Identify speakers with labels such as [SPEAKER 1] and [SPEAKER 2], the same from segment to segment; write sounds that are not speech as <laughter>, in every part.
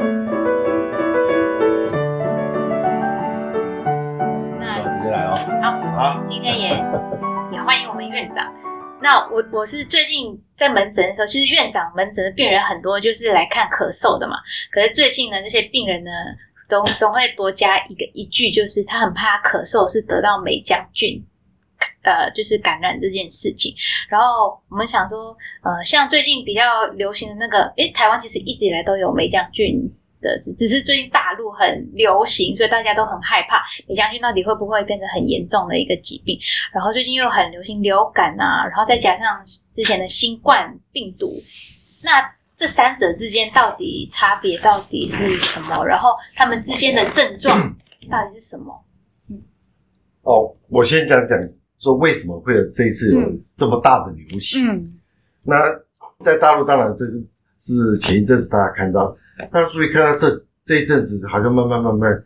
[SPEAKER 1] 嗯
[SPEAKER 2] 哦也欢迎我们院长。那我我是最近在门诊的时候，其实院长门诊的病人很多，就是来看咳嗽的嘛。可是最近呢，这些病人呢，总总会多加一个一句，就是他很怕咳嗽是得到霉菌菌，呃，就是感染这件事情。然后我们想说，呃，像最近比较流行的那个，诶，台湾其实一直以来都有霉菌菌的，只只是最近大陆很流行，所以大家都很害怕霉菌菌到底会不会变成很严重的一个疾病。然后最近又很流行流感啊，然后再加上之前的新冠病毒，那这三者之间到底差别到底是什么？然后他们之间的症
[SPEAKER 1] <clears throat>
[SPEAKER 2] 状到底是什么？
[SPEAKER 1] 哦，我先讲讲说为什么会有这一次有
[SPEAKER 2] 嗯
[SPEAKER 1] 这么大的流行。
[SPEAKER 2] 嗯
[SPEAKER 1] 那在大陆当然这个是前一阵子大家看到，大家注意看到这这一阵子好像慢慢慢慢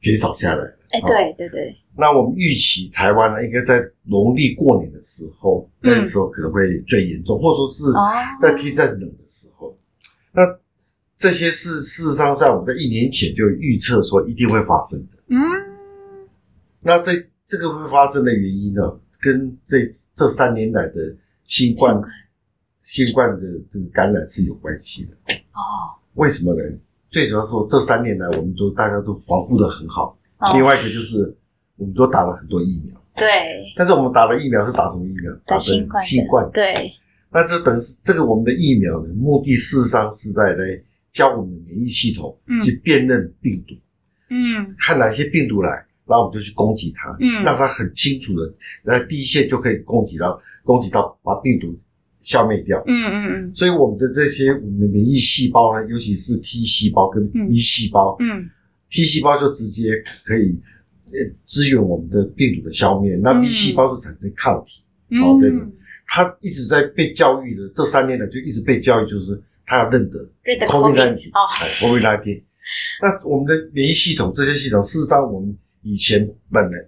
[SPEAKER 1] 减少下来。
[SPEAKER 2] 哎，对对对，
[SPEAKER 1] 那我们预期台湾呢，应该在农历过年的时候，
[SPEAKER 2] 嗯
[SPEAKER 1] 那个时候可能会最严重，或者说是
[SPEAKER 2] 哦，
[SPEAKER 1] 在天在冷的时候。那这些事事实上，在我们在一年前就预测说一定会发生的。
[SPEAKER 2] 嗯
[SPEAKER 1] 那这这个会发生的原因呢，跟这这三年来的新冠新冠的这个感染是有关系的。
[SPEAKER 2] 哦，
[SPEAKER 1] 为什么呢？最主要是说这三年来，我们都大家都防护的很好。
[SPEAKER 2] 哦
[SPEAKER 1] 另外一个就是，我们都打了很多疫苗，
[SPEAKER 2] 对，
[SPEAKER 1] 但是我们打的疫苗是打什么疫苗？
[SPEAKER 2] 打
[SPEAKER 1] 打的
[SPEAKER 2] 新冠的
[SPEAKER 1] 新冠。
[SPEAKER 2] 对，
[SPEAKER 1] 那这等于是这个我们的疫苗呢，目的事实上是在来教我们的免疫系统
[SPEAKER 2] 嗯
[SPEAKER 1] 去辨认病毒，
[SPEAKER 2] 嗯
[SPEAKER 1] 看哪些病毒来，然后我们就去攻击它，
[SPEAKER 2] 嗯
[SPEAKER 1] 让它很清楚的在第一线就可以攻击到，攻击到把病毒消灭掉。
[SPEAKER 2] 嗯嗯
[SPEAKER 1] 所以我们的这些我们的免疫细胞呢，尤其是 T 细胞跟
[SPEAKER 2] 嗯
[SPEAKER 1] B 细胞、
[SPEAKER 2] 嗯
[SPEAKER 1] t 细胞就直接可以呃支援我们的病毒的消灭，那
[SPEAKER 2] 嗯
[SPEAKER 1] B 细胞是产生抗体。
[SPEAKER 2] 嗯，
[SPEAKER 1] 哦好对的他一直在被教育的，这三年来就一直被教育，就是他要认得
[SPEAKER 2] 对的
[SPEAKER 1] COVID-19，
[SPEAKER 2] 哦，
[SPEAKER 1] 哎，COVID-19。那我们的免疫系统这些系统，事实上我们以前本来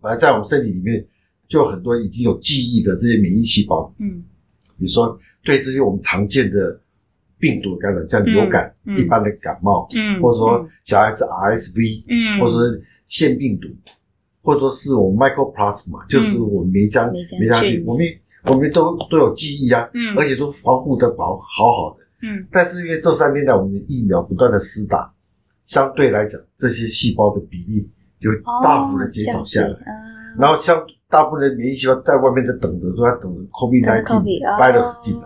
[SPEAKER 1] 本来在我们身体里面就有很多已经有记忆的这些免疫细胞，
[SPEAKER 2] 嗯
[SPEAKER 1] 比如说对这些我们常见的病毒感染，像流感、
[SPEAKER 2] 嗯嗯
[SPEAKER 1] 一般的感冒，
[SPEAKER 2] 嗯，
[SPEAKER 1] 或者说小孩子 RSV，、
[SPEAKER 2] 嗯，
[SPEAKER 1] 或者是腺病毒，或者说是我们 mycoplasma，、就是我们梅浆
[SPEAKER 2] 嗯梅浆
[SPEAKER 1] 梅浆
[SPEAKER 2] 菌
[SPEAKER 1] 菌，我们我们都都有记忆啊，
[SPEAKER 2] 嗯
[SPEAKER 1] 而且都防护的保好好的。
[SPEAKER 2] 嗯
[SPEAKER 1] 但是因为这三天来我们的疫苗不断的施打，相对来讲这些细胞的比例就
[SPEAKER 2] 哦
[SPEAKER 1] 大幅的减少下来，，
[SPEAKER 2] 后
[SPEAKER 1] 然后像大部分的免疫细胞在外面在等着，都在等着
[SPEAKER 2] 哦
[SPEAKER 1] COVID-19 virus 进来，，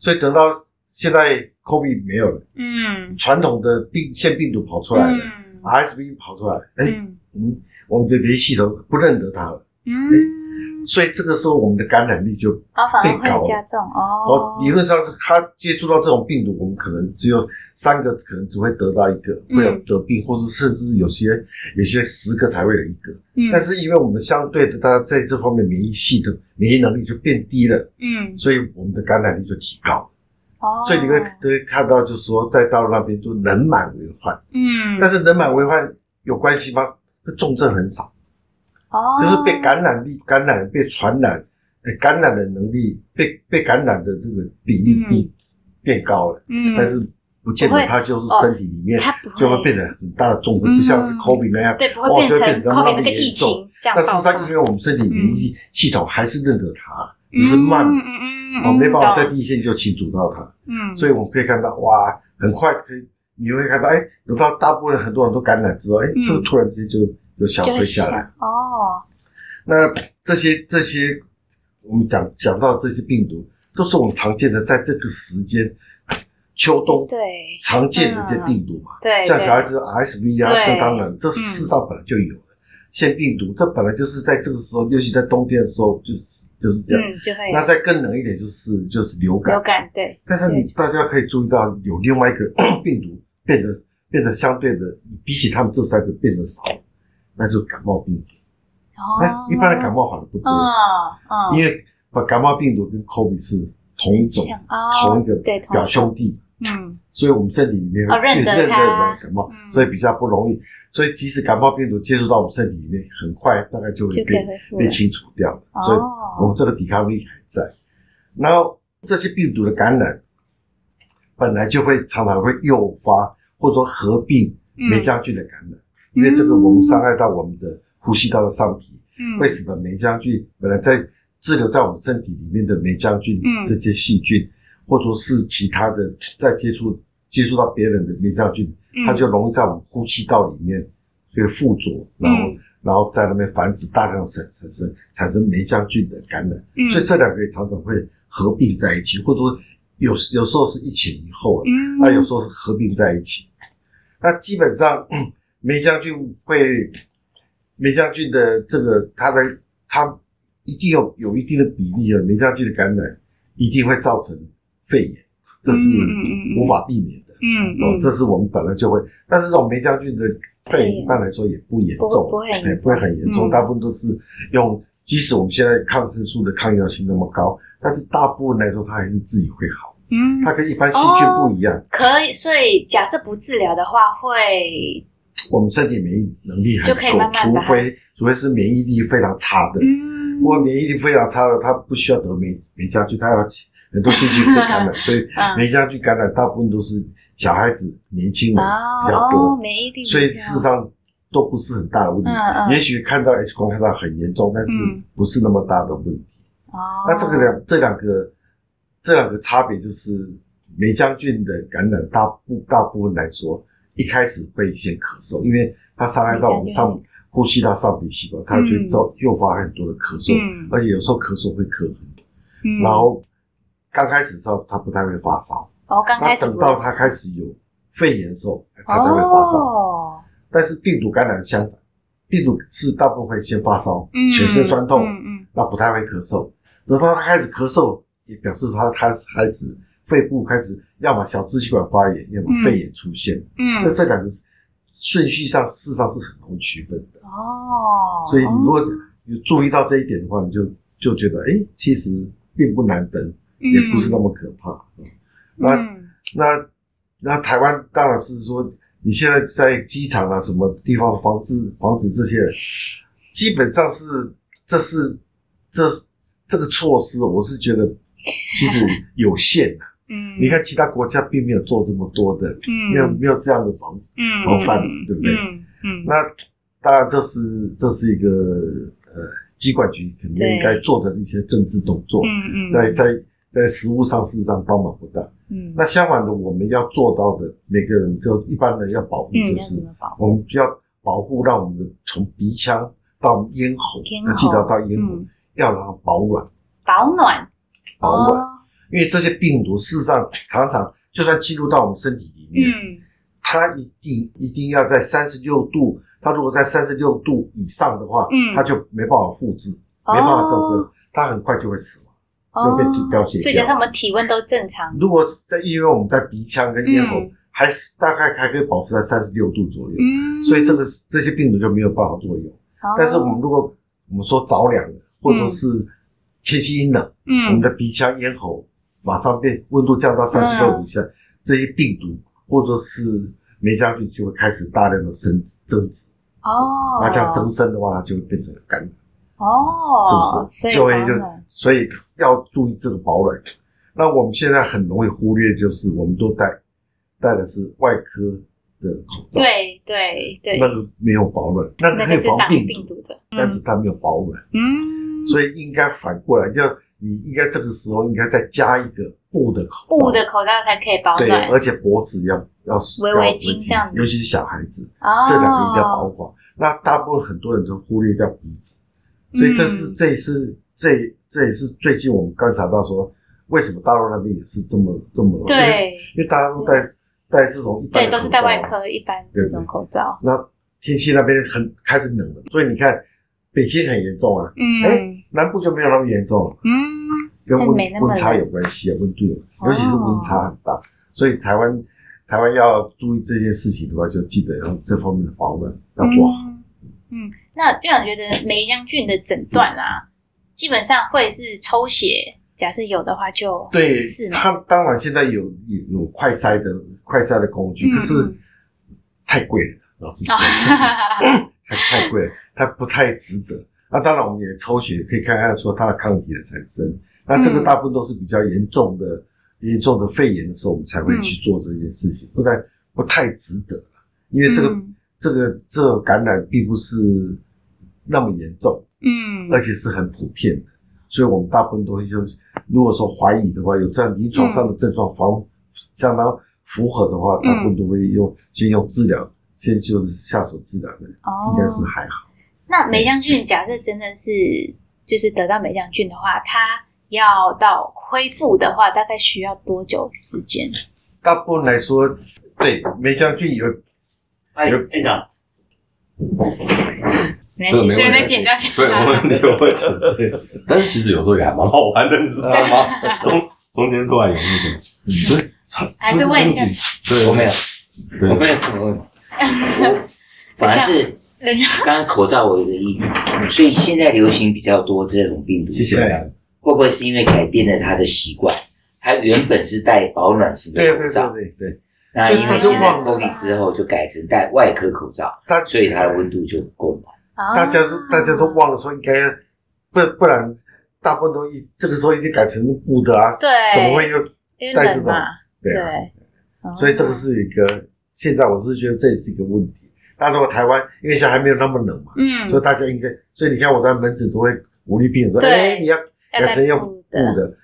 [SPEAKER 1] 所以等到现在 COVID 没有了，
[SPEAKER 2] 嗯，
[SPEAKER 1] 传统的病腺病毒跑出来了，RSV 跑出来了，哎，
[SPEAKER 2] 嗯
[SPEAKER 1] 嗯，我们的免疫系统不认得它了，
[SPEAKER 2] 嗯，
[SPEAKER 1] 所以这个时候我们的感染力就，
[SPEAKER 2] 哦，反而
[SPEAKER 1] 哎被搞
[SPEAKER 2] 会加重哦
[SPEAKER 1] 哦，，理论上是它接触到这种病毒，我们可能只有三个，可能只会得到一个
[SPEAKER 2] 嗯
[SPEAKER 1] 会有得病，或是甚至有些有些十个才会有一个。
[SPEAKER 2] 嗯
[SPEAKER 1] 但是因为我们相对的，大家在这方面免疫系统免疫能力就变低了，
[SPEAKER 2] 嗯，
[SPEAKER 1] 所以我们的感染力就提高。
[SPEAKER 2] 哦，
[SPEAKER 1] 所以你会都会看到，就是说在大陆那边就人满为患，
[SPEAKER 2] 嗯，
[SPEAKER 1] 但是人满为患有关系吗？重症很少。
[SPEAKER 2] 哦，
[SPEAKER 1] 就是被感染力、感染被传染、呃感染的能力、被被感染的这个比例
[SPEAKER 2] 嗯
[SPEAKER 1] 比、变高了，
[SPEAKER 2] 嗯，
[SPEAKER 1] 但是不见
[SPEAKER 2] 不会
[SPEAKER 1] 得它就是身体里面
[SPEAKER 2] 它不会
[SPEAKER 1] 就会变得很大的重症，
[SPEAKER 2] 嗯
[SPEAKER 1] 不像是 COVID 那样，
[SPEAKER 2] 对不会
[SPEAKER 1] 哇
[SPEAKER 2] 变
[SPEAKER 1] 就
[SPEAKER 2] 成
[SPEAKER 1] 会变成
[SPEAKER 2] COVID
[SPEAKER 1] 那
[SPEAKER 2] 那
[SPEAKER 1] 么
[SPEAKER 2] 个
[SPEAKER 1] 严
[SPEAKER 2] 疫
[SPEAKER 1] 重。
[SPEAKER 2] 情这样
[SPEAKER 1] 但事
[SPEAKER 2] 爆
[SPEAKER 1] 实
[SPEAKER 2] 发
[SPEAKER 1] 上，因，为我们身体免疫系统还是认得它，只是
[SPEAKER 2] 嗯
[SPEAKER 1] 慢，
[SPEAKER 2] 嗯嗯嗯，
[SPEAKER 1] 哦，没办法在
[SPEAKER 2] 懂
[SPEAKER 1] 第一线就清除到它，
[SPEAKER 2] 嗯，
[SPEAKER 1] 所以我们可以看到，哇，很快可以，你会看到，哎，等到大部分很多人都感染之后，哎，
[SPEAKER 2] 嗯
[SPEAKER 1] 这个突然之间就就消
[SPEAKER 2] 就
[SPEAKER 1] 退
[SPEAKER 2] 会
[SPEAKER 1] 下来。
[SPEAKER 2] 哦，
[SPEAKER 1] 那这些这些，我们讲讲到这些病毒，都是我们常见的，在这个时间秋冬
[SPEAKER 2] 对
[SPEAKER 1] 常见的一些
[SPEAKER 2] 嗯
[SPEAKER 1] 病毒嘛，
[SPEAKER 2] 对，
[SPEAKER 1] 像
[SPEAKER 2] 对
[SPEAKER 1] 小孩子 RSV 啊，
[SPEAKER 2] 对
[SPEAKER 1] 这当然这世上本来就有的。腺病毒这本来就是在这个时候，尤其在冬天的时候，就是就是这
[SPEAKER 2] 嗯
[SPEAKER 1] 样。
[SPEAKER 2] 就会
[SPEAKER 1] 那再更冷一点，就是就是流感。
[SPEAKER 2] 流感，对，
[SPEAKER 1] 但是你大家可以注意到，有另外一个 <coughs> 病毒变得变得相对的，比起他们这三个变得少，那就是感冒病毒。哎、
[SPEAKER 2] 哦，
[SPEAKER 1] 一般的感冒好像不多，
[SPEAKER 2] 哦，嗯，
[SPEAKER 1] 因为把感冒病毒跟 COVID 是同一种、
[SPEAKER 2] 哦
[SPEAKER 1] 同一个
[SPEAKER 2] 对同一
[SPEAKER 1] 表兄弟，
[SPEAKER 2] 种嗯
[SPEAKER 1] 所以我们身体里面
[SPEAKER 2] 哦认得
[SPEAKER 1] 认得
[SPEAKER 2] 它
[SPEAKER 1] 人感冒，
[SPEAKER 2] 嗯
[SPEAKER 1] 所以比较不容易。所以即使感冒病毒接触到我们身体里面，很快大概就
[SPEAKER 2] 就
[SPEAKER 1] 会
[SPEAKER 2] 可以
[SPEAKER 1] 被
[SPEAKER 2] 恢复了
[SPEAKER 1] 被清除掉了，
[SPEAKER 2] 哦
[SPEAKER 1] 所以我们这个抵抗力还在。然后这些病毒的感染本来就会常常会诱发或者说合并
[SPEAKER 2] 嗯
[SPEAKER 1] 霉菌的感染，因为这个我们伤害到我们的呼吸道的上皮，
[SPEAKER 2] 嗯
[SPEAKER 1] 会使得霉菌菌本来在滞留在我们身体里面的霉菌菌
[SPEAKER 2] 嗯
[SPEAKER 1] 这些细菌，或者是其他的再接触接触到别人的霉菌菌，
[SPEAKER 2] 嗯
[SPEAKER 1] 它就容易在我们呼吸道里面所以附着，然后、
[SPEAKER 2] 嗯
[SPEAKER 1] 然后在那边繁殖，大量产产生产生霉菌的感染，
[SPEAKER 2] 嗯
[SPEAKER 1] 所以这两个也常常会合并在一起，或者说有时有时候是一前一后啊
[SPEAKER 2] 嗯，
[SPEAKER 1] 那有时候是合并在一起。那基本上，梅将军会，梅将军的这个他的他一定有有一定的比例啊的梅将军的感染，一定会造成肺炎，这是
[SPEAKER 2] 嗯嗯嗯嗯
[SPEAKER 1] 无法避免的。
[SPEAKER 2] 嗯
[SPEAKER 1] 哦
[SPEAKER 2] 嗯，，
[SPEAKER 1] 这是我们本来就会，但是这种梅将军的肺炎一般来说也不严重，
[SPEAKER 2] 不不会很严重
[SPEAKER 1] 哎不会很严重，
[SPEAKER 2] 嗯
[SPEAKER 1] 大部分都是用，即使我们现在抗生素的抗药性那么高，但是大部分来说它还是自己会好，
[SPEAKER 2] 嗯
[SPEAKER 1] 它跟一般细菌不一样，
[SPEAKER 2] 可以，所以假设不治疗的话会，
[SPEAKER 1] 我们身体免疫能力还
[SPEAKER 2] 就是可以
[SPEAKER 1] 够，
[SPEAKER 2] 慢慢
[SPEAKER 1] 除
[SPEAKER 2] 地
[SPEAKER 1] 非除非是免疫力非常差的，
[SPEAKER 2] 嗯
[SPEAKER 1] 如果免疫力非常差的，他不需要得梅梅家菌，他要很多细菌会感染，所以
[SPEAKER 2] <laughs> 嗯
[SPEAKER 1] 梅家菌感染大部分都是小孩子、年轻人比较
[SPEAKER 2] 哦，
[SPEAKER 1] 多，
[SPEAKER 2] 免疫力比较，
[SPEAKER 1] 所以事实上都不是很大的问题。
[SPEAKER 2] 嗯嗯
[SPEAKER 1] 也许看到 X 光看到很严重，但是
[SPEAKER 2] 嗯
[SPEAKER 1] 不是那么大的问题。
[SPEAKER 2] 哦，
[SPEAKER 1] 那这个两这两个这两个差别就是梅将军的感染大部大部分来说，一开始会先咳嗽，因为它伤害到我们上呼吸道上皮细胞，它就造诱发很多的咳嗽，
[SPEAKER 2] 嗯
[SPEAKER 1] 而且有时候咳嗽会咳很多。
[SPEAKER 2] 嗯，
[SPEAKER 1] 然后刚开始的时候，它不太会发烧，
[SPEAKER 2] 哦，刚
[SPEAKER 1] 那
[SPEAKER 2] 开始
[SPEAKER 1] 等到
[SPEAKER 2] 不
[SPEAKER 1] 它开始有肺炎的时候，它才会发烧。
[SPEAKER 2] 哦，
[SPEAKER 1] 但是病毒感染相反，病毒是大部分会先发烧，
[SPEAKER 2] 嗯
[SPEAKER 1] 全身酸痛，
[SPEAKER 2] 嗯嗯
[SPEAKER 1] 那不太会咳嗽。等到他开始咳嗽，也表示他开始开始肺部开始，要么小支气管发炎，要么肺炎出现。那、
[SPEAKER 2] 嗯，
[SPEAKER 1] 这两个顺序上事实上是很难区分的。
[SPEAKER 2] 哦，
[SPEAKER 1] 所以你如果有注意到这一点的话，你就就觉得，哎、其实并不难分，也不是那么可怕。那
[SPEAKER 2] 嗯
[SPEAKER 1] 那那台湾当然是说，你现在在机场啊什么地方防治防止这些，基本上是这是这这个措施，我是觉得其实有限的、
[SPEAKER 2] 嗯，
[SPEAKER 1] 你看其他国家并没有做这么多的，
[SPEAKER 2] 嗯，
[SPEAKER 1] 没有没有这样的防。
[SPEAKER 2] 嗯
[SPEAKER 1] 逃犯
[SPEAKER 2] 嗯
[SPEAKER 1] 对不对
[SPEAKER 2] 嗯嗯，
[SPEAKER 1] 那当然这是这是一个呃机管局肯定
[SPEAKER 2] 对
[SPEAKER 1] 应该做的一些政治动作，
[SPEAKER 2] 嗯嗯，
[SPEAKER 1] 在在在实务上事实上帮忙不大。
[SPEAKER 2] 嗯
[SPEAKER 1] 那相反的，我们要做到的，每个人就一般人要保护，
[SPEAKER 2] 嗯
[SPEAKER 1] 就
[SPEAKER 2] 要
[SPEAKER 1] 是、
[SPEAKER 2] 怎么保护？
[SPEAKER 1] 我们就要保护，让我们的从鼻腔到咽喉
[SPEAKER 2] 咽，
[SPEAKER 1] 要记得
[SPEAKER 2] 喉
[SPEAKER 1] 到咽喉、
[SPEAKER 2] 啊嗯
[SPEAKER 1] 要让它保暖，
[SPEAKER 2] 保暖，
[SPEAKER 1] 保暖，
[SPEAKER 2] 哦
[SPEAKER 1] 因为这些病毒事实上常常就算进入到我们身体里面，
[SPEAKER 2] 嗯
[SPEAKER 1] 它一定一定要在三十六度，它如果在三十六度以上的话，
[SPEAKER 2] 嗯
[SPEAKER 1] 它就没办法复制，
[SPEAKER 2] 哦
[SPEAKER 1] 没办法再生，它很快就会死亡。
[SPEAKER 2] 哦
[SPEAKER 1] 就被凋谢掉
[SPEAKER 2] 所以加上我们体温都正常，
[SPEAKER 1] 如果在因为我们在鼻腔跟咽喉、
[SPEAKER 2] 嗯
[SPEAKER 1] 还是大概还可以保持在三十六度左右，
[SPEAKER 2] 嗯，
[SPEAKER 1] 所以这个是这些病毒就没有办法作用。
[SPEAKER 2] 哦，
[SPEAKER 1] 但是我们如果我们说着凉了，或者是天气阴冷，我
[SPEAKER 2] 嗯
[SPEAKER 1] 们的鼻腔、咽喉马上变温度降到三十
[SPEAKER 2] 嗯
[SPEAKER 1] 度以下，这些病毒或者是霉菌就会开始大量的生增殖，
[SPEAKER 2] 哦，
[SPEAKER 1] 那这样增生的话，它就会变成感染，
[SPEAKER 2] 哦，
[SPEAKER 1] 是不是？
[SPEAKER 2] 所
[SPEAKER 1] 就
[SPEAKER 2] 以
[SPEAKER 1] 会就
[SPEAKER 2] 保暖
[SPEAKER 1] 所以要注意这个保暖。那我们现在很容易忽略，就是我们都戴戴的是外科的口罩，
[SPEAKER 2] 对对对，
[SPEAKER 1] 那个没有保暖，那个
[SPEAKER 2] 那
[SPEAKER 1] 可以
[SPEAKER 2] 个是
[SPEAKER 1] 防
[SPEAKER 2] 挡
[SPEAKER 1] 病
[SPEAKER 2] 病
[SPEAKER 1] 毒，
[SPEAKER 2] 毒的，
[SPEAKER 1] 但是
[SPEAKER 2] 嗯
[SPEAKER 1] 它没有保暖。
[SPEAKER 2] 嗯，
[SPEAKER 1] 所以应该反过来，就你应该这个时候应该再加一个布的口罩，
[SPEAKER 2] 布的口罩才可以保
[SPEAKER 1] 对，
[SPEAKER 2] 暖，
[SPEAKER 1] 而且脖子要要
[SPEAKER 2] 围
[SPEAKER 1] 要
[SPEAKER 2] 围巾这样子
[SPEAKER 1] 尤其是小孩子，
[SPEAKER 2] 哦，
[SPEAKER 1] 这两个一定要保管。那大部分很多人都忽略掉鼻子，所以这是、
[SPEAKER 2] 嗯
[SPEAKER 1] 这也是这这也是最近我们观察到说，为什么大陆那边也是这么这么因为
[SPEAKER 2] 对嗯
[SPEAKER 1] 因为大家都戴戴这种一般
[SPEAKER 2] 对，
[SPEAKER 1] 的
[SPEAKER 2] 都是戴
[SPEAKER 1] 口罩
[SPEAKER 2] 外科一般
[SPEAKER 1] 对
[SPEAKER 2] 这
[SPEAKER 1] 对
[SPEAKER 2] 种口罩，
[SPEAKER 1] 那天气那边很开始冷了，所以你看北京很严重啊，
[SPEAKER 2] 嗯
[SPEAKER 1] 哎南部就没有那么严重了。
[SPEAKER 2] 嗯
[SPEAKER 1] 跟温
[SPEAKER 2] 但没那么
[SPEAKER 1] 温差
[SPEAKER 2] 冷哦
[SPEAKER 1] 有关系啊，温度有，尤其是温差很大，所以台湾台湾要注意这件事情的话，就记得要这方面的保暖要做好。
[SPEAKER 2] 嗯嗯，那院长觉得梅将军的诊断啊，基本上会是抽血，假设有的话就试嘛，
[SPEAKER 1] 它当然现在有有有快筛的快筛的工具，
[SPEAKER 2] 嗯
[SPEAKER 1] 可是
[SPEAKER 2] 嗯
[SPEAKER 1] 太贵了，老实说
[SPEAKER 2] 哦，
[SPEAKER 1] 太太贵了，它不太值得。那当然，我们也抽血可以看看说它的抗体的产生。那这个
[SPEAKER 2] 嗯
[SPEAKER 1] 大部分都是比较严重的、严重的肺炎的时候，我们才会
[SPEAKER 2] 嗯
[SPEAKER 1] 去做这件事情，不然不太值得 <laughs> 因为这个
[SPEAKER 2] 嗯
[SPEAKER 1] 这个这个感染并不是那么严重，
[SPEAKER 2] 嗯，
[SPEAKER 1] 而且是很普遍的，所以我们大部分都会就是，如果说怀疑的话，有这样临床上的症状防、相当符合的
[SPEAKER 2] 嗯
[SPEAKER 1] 话，大部分都会用先用治疗，先就是下手治疗的，
[SPEAKER 2] 哦
[SPEAKER 1] 应该是还好。
[SPEAKER 2] 那梅将军假设真的是就是得到梅将军的话，他要到恢复的话，大概需要多久时间？
[SPEAKER 1] 大部分来说，对梅将军有
[SPEAKER 3] 哎，院长，
[SPEAKER 2] 没关系，
[SPEAKER 4] 没问题
[SPEAKER 2] 对对，剪掉，剪
[SPEAKER 4] <laughs> 对，我
[SPEAKER 2] 掉。
[SPEAKER 4] 们没有问题。对但是其实有时候也还蛮好玩的，你知道吗？中中间突然有那个，嗯所以
[SPEAKER 2] 还是问一下，
[SPEAKER 4] 对，
[SPEAKER 3] 我没有，
[SPEAKER 4] 对
[SPEAKER 3] 我没有什么问题。我反而是
[SPEAKER 2] 人家
[SPEAKER 3] 刚刚口罩我有一个疑点，所以现在流行比较多这种病毒，
[SPEAKER 4] 谢谢。
[SPEAKER 3] 会不会是因为改变了他的习惯？他原本是戴保暖型的
[SPEAKER 1] 对
[SPEAKER 3] 口
[SPEAKER 1] 对
[SPEAKER 3] 罩，
[SPEAKER 1] 对对对，
[SPEAKER 3] 那因为现在
[SPEAKER 1] 就就忘
[SPEAKER 3] COVID 之后就改成戴外科口罩，
[SPEAKER 1] 大
[SPEAKER 3] 所以它的温度就不够暖。
[SPEAKER 2] 哦
[SPEAKER 1] 大家
[SPEAKER 2] 啊
[SPEAKER 1] 都大家都忘了说应该，不不然大部分都一这个时候一定改成布的啊，
[SPEAKER 2] 对，
[SPEAKER 1] 怎么会又
[SPEAKER 2] 因为
[SPEAKER 1] 带这
[SPEAKER 2] 冷
[SPEAKER 1] 种
[SPEAKER 2] 嘛？
[SPEAKER 1] 对啊？
[SPEAKER 2] 哦
[SPEAKER 1] 所以这个是一个，现在我是觉得这也是一个问题。那如果台湾，因为现在还没有那么冷嘛，
[SPEAKER 2] 嗯，
[SPEAKER 1] 所以大家应该，所以你看我在门诊都会鼓励病人说：“
[SPEAKER 2] 对
[SPEAKER 1] 哎，你要
[SPEAKER 2] 要戴
[SPEAKER 1] 改成要
[SPEAKER 2] 布
[SPEAKER 1] 布
[SPEAKER 2] 的
[SPEAKER 1] 的。”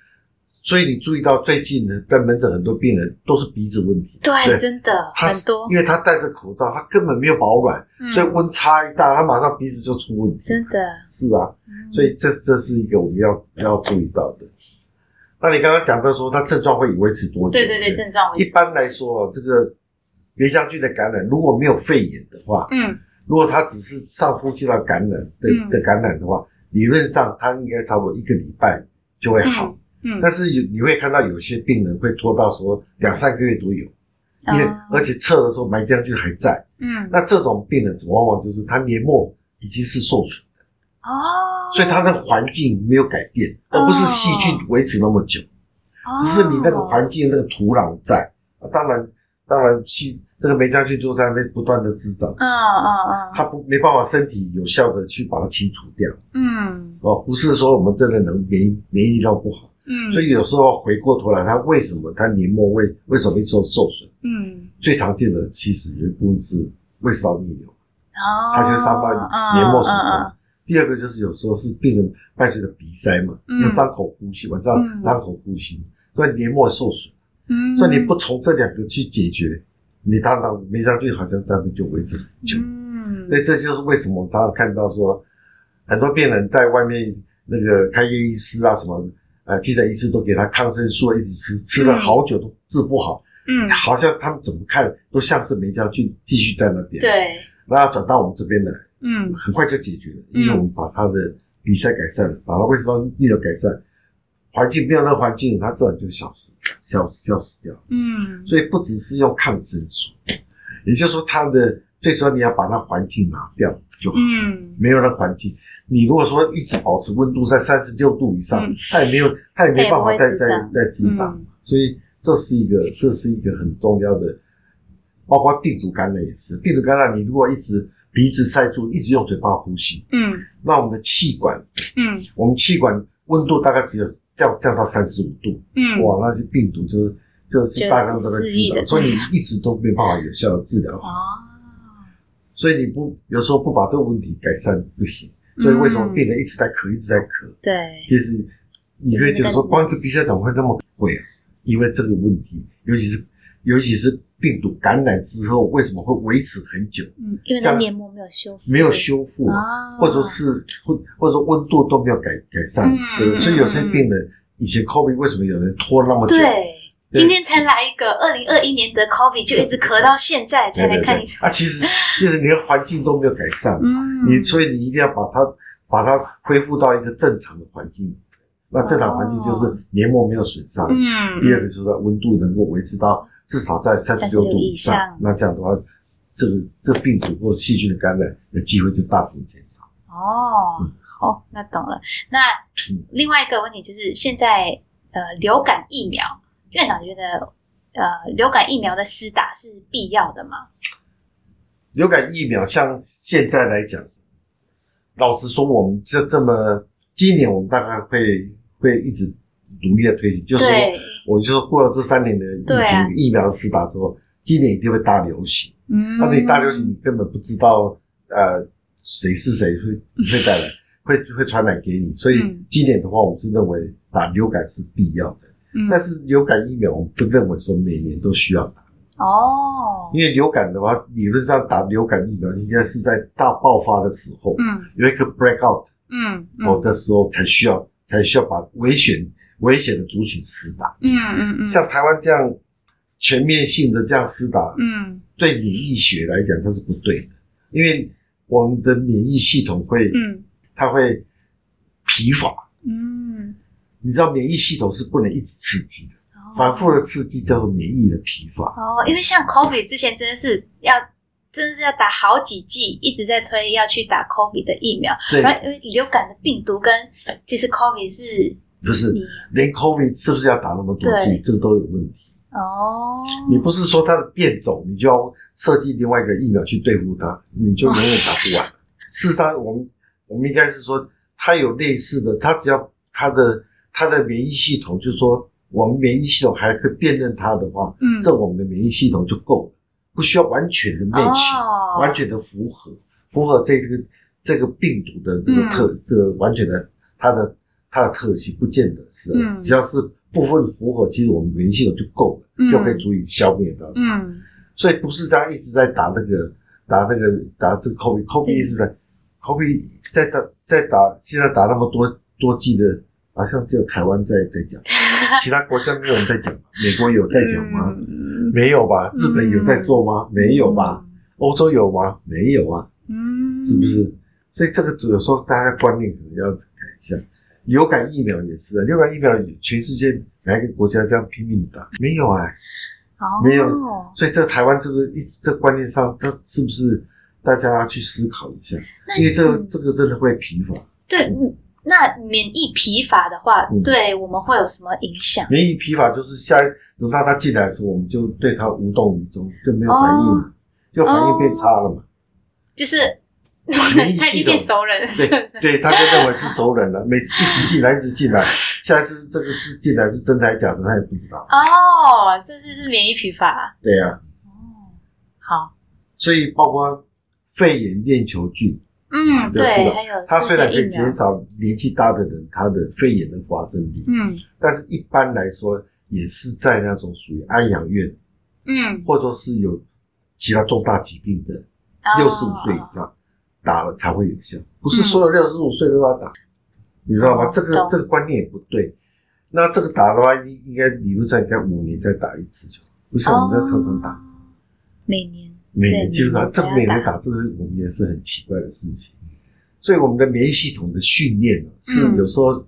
[SPEAKER 1] 所以你注意到最近的在门诊很多病人都是鼻子问题，
[SPEAKER 2] 对，真的
[SPEAKER 1] 他
[SPEAKER 2] 很多，
[SPEAKER 1] 因为他戴着口罩，他根本没有保暖，
[SPEAKER 2] 嗯
[SPEAKER 1] 所以温差一大，他马上鼻子就出问题。
[SPEAKER 2] 真的，
[SPEAKER 1] 是啊，
[SPEAKER 2] 嗯
[SPEAKER 1] 所以这这是一个我们要要注意到的。那你刚刚讲到说，他症状会维持多
[SPEAKER 2] 嗯
[SPEAKER 1] 久？
[SPEAKER 2] 对对对，症状为
[SPEAKER 1] 一
[SPEAKER 2] 主，
[SPEAKER 1] 般来说，哦这个原乡菌的感染如果没有肺炎的话，
[SPEAKER 2] 嗯，
[SPEAKER 1] 如果它只是上呼吸道感染的
[SPEAKER 2] 嗯
[SPEAKER 1] 的感染的话，理论上它应该差不多一个礼拜就会好。
[SPEAKER 2] 嗯，
[SPEAKER 1] 但是有你会看到有些病人会拖到说两三个月都有，因为
[SPEAKER 2] 哦
[SPEAKER 1] 而且测的时候埋浆菌还在。
[SPEAKER 2] 嗯，
[SPEAKER 1] 那这种病人往往就是他年末已经是受损，
[SPEAKER 2] 哦，
[SPEAKER 1] 所以他的环境没有改变，而不是细菌维持那么久。只是你
[SPEAKER 2] 哦
[SPEAKER 1] 那个环境、那个土壤在。啊、当然，当然，细这个梅将军就在那边不断的滋长
[SPEAKER 2] 哦，，嗯嗯
[SPEAKER 1] 它不没办法身体有效的去把它清除掉
[SPEAKER 2] 嗯
[SPEAKER 1] 哦，不是说我们真的能免疫免疫到不好，
[SPEAKER 2] 嗯，
[SPEAKER 1] 所以有时候回过头来，它为什么它黏膜为为什么一直受损？
[SPEAKER 2] 嗯，
[SPEAKER 1] 最常见的其实有一部分是胃食道逆流，
[SPEAKER 2] 哦，
[SPEAKER 1] 它就会伤到黏膜损伤。
[SPEAKER 2] 嗯
[SPEAKER 1] 第二个就是有时候是病人伴随着鼻塞嘛，
[SPEAKER 2] 嗯
[SPEAKER 1] 用张口呼吸，晚上
[SPEAKER 2] 嗯
[SPEAKER 1] 张口呼吸，所以黏膜受损。
[SPEAKER 2] 嗯，
[SPEAKER 1] 所以你不从这两个去解决，你当然梅将军好像在那就维持很久。
[SPEAKER 2] 嗯，
[SPEAKER 1] 所以这就是为什么我常常看到说，很多病人在外面那个开业医师啊什么，呃，急诊医师都给他抗生素一直吃，吃了好久都治不好，
[SPEAKER 2] 嗯，
[SPEAKER 1] 好像他们怎么看都像是梅将军继续在那边。，
[SPEAKER 2] 对，
[SPEAKER 1] 那转到我们这边来，
[SPEAKER 2] 嗯
[SPEAKER 1] 很快就解决了，因为我们把他的比赛改善了，把他胃食道逆流改善，环境没有那环境，他自然就消失、消消失掉。
[SPEAKER 2] 嗯，
[SPEAKER 1] 所以不只是用抗生素，也就是说，它的最主要你要把它环境拿掉就好，
[SPEAKER 2] 嗯
[SPEAKER 1] 没有那环境。你如果说一直保持温度在三十六度以上，
[SPEAKER 2] 嗯
[SPEAKER 1] 它也没有，它也没办法
[SPEAKER 2] 它也不会
[SPEAKER 1] 再
[SPEAKER 2] 滋
[SPEAKER 1] 再
[SPEAKER 2] 长
[SPEAKER 1] 再滋长，
[SPEAKER 2] 嗯
[SPEAKER 1] 所以这是一个这是一个很重要的，包括病毒感染也是，病毒感染你如果一直鼻子塞住，一直用嘴巴呼吸，
[SPEAKER 2] 嗯
[SPEAKER 1] 那我们的气管，
[SPEAKER 2] 嗯
[SPEAKER 1] 我们气管温度大概只有降降到三十五度，
[SPEAKER 2] 嗯，
[SPEAKER 1] 哇，那些病毒就是就是大量在那
[SPEAKER 2] 就是肆
[SPEAKER 1] 治
[SPEAKER 2] 意地
[SPEAKER 1] 疗，所以你一直都没办法有效的治疗好，
[SPEAKER 2] 哦，
[SPEAKER 1] 所以你不有时候不把这个问题改善不行，所以为什
[SPEAKER 2] 嗯
[SPEAKER 1] 么病人一直在咳，一直在咳？
[SPEAKER 2] 对，
[SPEAKER 1] 其实你会觉得说，光一个鼻塞怎么会那么贵啊？因为这个问题，尤其是尤其是病毒感染之后，为什么会维持很久，
[SPEAKER 2] 嗯，因为它
[SPEAKER 1] 像
[SPEAKER 2] 黏膜没有修复，
[SPEAKER 1] 没有修复啊？
[SPEAKER 2] 啊，
[SPEAKER 1] 或者是或或者说温度都没有改改善
[SPEAKER 2] 嗯，
[SPEAKER 1] 对不
[SPEAKER 2] 嗯
[SPEAKER 1] 对？所以有些
[SPEAKER 2] 嗯
[SPEAKER 1] 病人以前 COVID 为什么有人拖那么久？
[SPEAKER 2] 对，
[SPEAKER 1] 对
[SPEAKER 2] 今天才来一个，二零二一年得 COVID 就一直咳到现在才
[SPEAKER 1] 对
[SPEAKER 2] 来
[SPEAKER 1] 对
[SPEAKER 2] 看
[SPEAKER 1] 对
[SPEAKER 2] 医生。
[SPEAKER 1] 啊，其实其实连环境都没有改善，
[SPEAKER 2] 嗯
[SPEAKER 1] 你所以你一定要把它把它恢复到一个正常的环境。那正常环境就是黏膜没有损伤，
[SPEAKER 2] 嗯，
[SPEAKER 1] 第二个就是它温度能够维持到至少在三十六
[SPEAKER 2] 36
[SPEAKER 1] 度
[SPEAKER 2] 以
[SPEAKER 1] 以上，
[SPEAKER 2] 上
[SPEAKER 1] 那这样的话，这个这病毒或细菌的感染的机会就大幅减少。
[SPEAKER 2] 哦，好，那懂了。那
[SPEAKER 1] 嗯
[SPEAKER 2] 另外一个问题就是，现在呃，流感疫苗，院长觉得呃，流感疫苗的施打是必要的吗？
[SPEAKER 1] 流感疫苗像现在来讲，老实说，我们这这么今年我们大概会会一直努力的推行，就是说
[SPEAKER 2] 对，
[SPEAKER 1] 我就说过了这三年的疫情、
[SPEAKER 2] 对啊
[SPEAKER 1] 疫苗施打之后，今年一定会大流行。
[SPEAKER 2] 嗯
[SPEAKER 1] 那、你大流行，你根本不知道呃谁是谁会会带来，会会传染给你。所以
[SPEAKER 2] 嗯
[SPEAKER 1] 今年的话，我是认为打流感是必要的，
[SPEAKER 2] 嗯
[SPEAKER 1] 但是流感疫苗我们不认为说每年都需要打，
[SPEAKER 2] 哦，
[SPEAKER 1] 因为流感的话，理论上打流感疫苗应该是在大爆发的时候，
[SPEAKER 2] 嗯
[SPEAKER 1] 有一个 breakout
[SPEAKER 2] 嗯嗯
[SPEAKER 1] 哦的时候才需要才需要把危险危险的族群施打。
[SPEAKER 2] 嗯嗯嗯，
[SPEAKER 1] 像台湾这样全面性的这样施打，
[SPEAKER 2] 嗯
[SPEAKER 1] 对免疫学来讲它是不对的，因为我们的免疫系统会
[SPEAKER 2] 嗯
[SPEAKER 1] 它会疲乏。
[SPEAKER 2] 嗯，
[SPEAKER 1] 你知道免疫系统是不能一直刺激的，
[SPEAKER 2] 哦
[SPEAKER 1] 反复的刺激叫做免疫的疲乏。
[SPEAKER 2] 哦，因为像 COVID 之前真的是要，真的是要打好几剂，一直在推要去打 COVID 的疫苗。
[SPEAKER 1] 对，
[SPEAKER 2] 然后因为流感的病毒跟其实 COVID 是
[SPEAKER 1] 不是
[SPEAKER 2] 你
[SPEAKER 1] 连 COVID 是不是要打那么多剂，
[SPEAKER 2] 对
[SPEAKER 1] 这个都有问题。
[SPEAKER 2] 哦，
[SPEAKER 1] 你不是说它的变种，你就要设计另外一个疫苗去对付它，你就永远打不
[SPEAKER 2] <laughs>
[SPEAKER 1] 完。事实上，我们我们应该是说，它有类似的，它只要它的它的免疫系统，就是说我们免疫系统还可以辨认它的话，
[SPEAKER 2] 嗯
[SPEAKER 1] 这我们的免疫系统就够了，不需要完全的 match，、
[SPEAKER 2] 哦，
[SPEAKER 1] 完全的符合符合这这个这个病毒的这个
[SPEAKER 2] 嗯
[SPEAKER 1] 特、这个完全的它的它的特性，不见得是，
[SPEAKER 2] 嗯
[SPEAKER 1] 只要是部分符合，其实我们免疫系统就够了，
[SPEAKER 2] 嗯
[SPEAKER 1] 就可以足以消灭它。
[SPEAKER 2] 嗯
[SPEAKER 1] 所以不是这样一直在打那个打那个打这个 COVID COVID 一直在 COVID 在打在打，现在打那么多多剂的，好像只有台湾在在
[SPEAKER 2] <laughs>
[SPEAKER 1] 讲，其他国家没有人在讲吧，美国有在讲吗？
[SPEAKER 2] 嗯
[SPEAKER 1] 没有吧？日本有在做吗？没有吧？？欧洲有吗？没有啊，
[SPEAKER 2] 嗯，
[SPEAKER 1] 是不是？所以这个有时候大家观念可能要改一下。流感疫苗也是啊，流感疫苗全世界哪一个国家这样拼命地打？没有啊，
[SPEAKER 2] 哦？
[SPEAKER 1] 没有所以这个台湾这个一直这个观念上，它是不是大家要去思考一下？
[SPEAKER 2] 那
[SPEAKER 1] 因为这个
[SPEAKER 2] 嗯
[SPEAKER 1] 这个真的会疲乏，
[SPEAKER 2] 对，嗯那免疫疲乏的话
[SPEAKER 1] 嗯，
[SPEAKER 2] 对我们会有什么影响？
[SPEAKER 1] 免疫疲乏就是下一等到它进来的时候，我们就对它无动于衷，就没有反应
[SPEAKER 2] 哦
[SPEAKER 1] 了，就反应变差了嘛。
[SPEAKER 2] 就是
[SPEAKER 1] 免疫系统
[SPEAKER 2] <laughs> 他已经变熟人了，是不 <laughs> 是
[SPEAKER 1] 对？对，他就认为是熟人了，每次一直进来一直进来，下一次这个是进来是真的还是假的，他也不知道。
[SPEAKER 2] 哦，这就是免疫疲乏。
[SPEAKER 1] 对呀、啊，
[SPEAKER 2] 哦，好，
[SPEAKER 1] 所以包括肺炎链球菌，
[SPEAKER 2] 嗯，
[SPEAKER 1] 这是
[SPEAKER 2] 对，
[SPEAKER 1] 的
[SPEAKER 2] 还有
[SPEAKER 1] 它虽然可以
[SPEAKER 2] 这些疫苗
[SPEAKER 1] 减少年纪大的人他的肺炎的发生率，
[SPEAKER 2] 嗯
[SPEAKER 1] 但是一般来说也是在那种属于安养院，
[SPEAKER 2] 嗯，
[SPEAKER 1] 或者是有其他重大疾病的
[SPEAKER 2] 啊
[SPEAKER 1] 六十五岁
[SPEAKER 2] 哦
[SPEAKER 1] 以上打了才会有效，不是所有六十五岁都要打，你知道吗？
[SPEAKER 2] 懂
[SPEAKER 1] 这个
[SPEAKER 2] 嗯懂
[SPEAKER 1] 这个观念也不对。那这个打的话，应应该理论上应该五年再打一次就好，不像我们在常常打，
[SPEAKER 2] 哦，每年
[SPEAKER 1] 每
[SPEAKER 2] 对
[SPEAKER 1] 年基本上
[SPEAKER 2] 每年
[SPEAKER 1] 啊这
[SPEAKER 2] 都
[SPEAKER 1] 个
[SPEAKER 2] 要
[SPEAKER 1] 每年
[SPEAKER 2] 打
[SPEAKER 1] 打这个我们也是很奇怪的事情。所以我们的免疫系统的训练啊是
[SPEAKER 2] 嗯
[SPEAKER 1] 有时候